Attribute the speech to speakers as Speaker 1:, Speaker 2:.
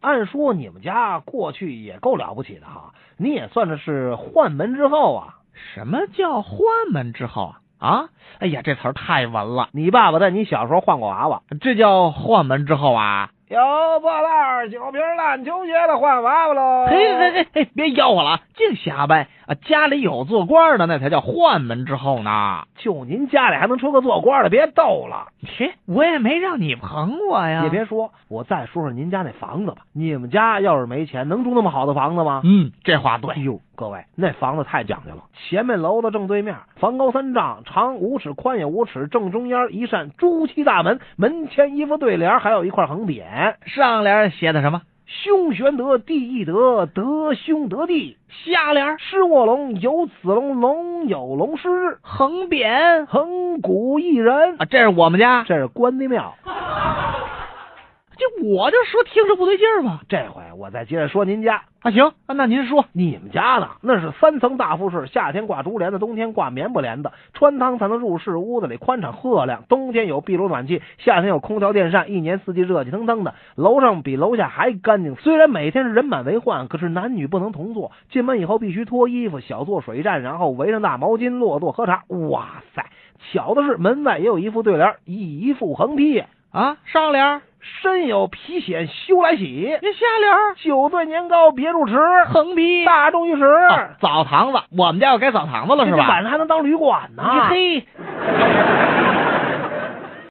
Speaker 1: 按说你们家过去也够了不起的哈，你也算的是换门之后啊。
Speaker 2: 什么叫换门之后啊？啊，哎呀，这词儿太文了，
Speaker 1: 你爸爸在你小时候换过娃娃，
Speaker 2: 这叫换门之后啊！
Speaker 1: 有破烂、酒瓶、烂球鞋的换娃娃喽
Speaker 2: 嘿，嘿嘿嘿，别吆喝了啊，净瞎掰啊！家里有做官的，那才叫换门之后呢。
Speaker 1: 就您家里还能出个做官的，别逗了。
Speaker 2: 嘿，我也没让你捧我哎呀。
Speaker 1: 也别说，我再说说您家那房子吧。你们家要是没钱，能住那么好的房子吗？
Speaker 2: 嗯，这话对
Speaker 1: 哎。呦，各位，那房子太讲究了。前面楼的正对面，房高三丈，长五尺，宽也五尺，正中间一扇朱漆大门，门前一副对联，还有一块横匾：
Speaker 2: 上联写的什么？
Speaker 1: 兄玄德，弟亦德，德兄得弟。
Speaker 2: 下联
Speaker 1: 狮卧龙，有子龙，龙有龙师，
Speaker 2: 横匾
Speaker 1: 恒古一人。
Speaker 2: 啊，这是我们家。
Speaker 1: 这是关帝庙。
Speaker 2: 这我就说听着不对劲儿吧。
Speaker 1: 这回我再接着说您家，
Speaker 2: 啊，行，啊那您说，
Speaker 1: 你们家呢？那是三层大复式，夏天挂竹帘子，冬天挂棉布帘子，穿堂才能入室。屋子里宽敞赫亮，冬天有壁炉暖气，夏天有空调电扇，一年四季热气腾腾的。楼上比楼下还干净。虽然每天是人满为患，可是男女不能同坐。进门以后必须脱衣服，小坐水站，然后围上大毛巾，落座喝茶。哇塞！巧的是，门外也有一副对联，一副横批：
Speaker 2: 啊，上联儿，
Speaker 1: 身有皮险休来喜，
Speaker 2: 这下联儿，
Speaker 1: 酒醉年高别入池，
Speaker 2: 横批
Speaker 1: 大众浴池。
Speaker 2: 啊澡堂子，我们家要改澡堂子了是啊
Speaker 1: 这
Speaker 2: 吧？
Speaker 1: 晚上还能当旅馆呢。
Speaker 2: 嘿，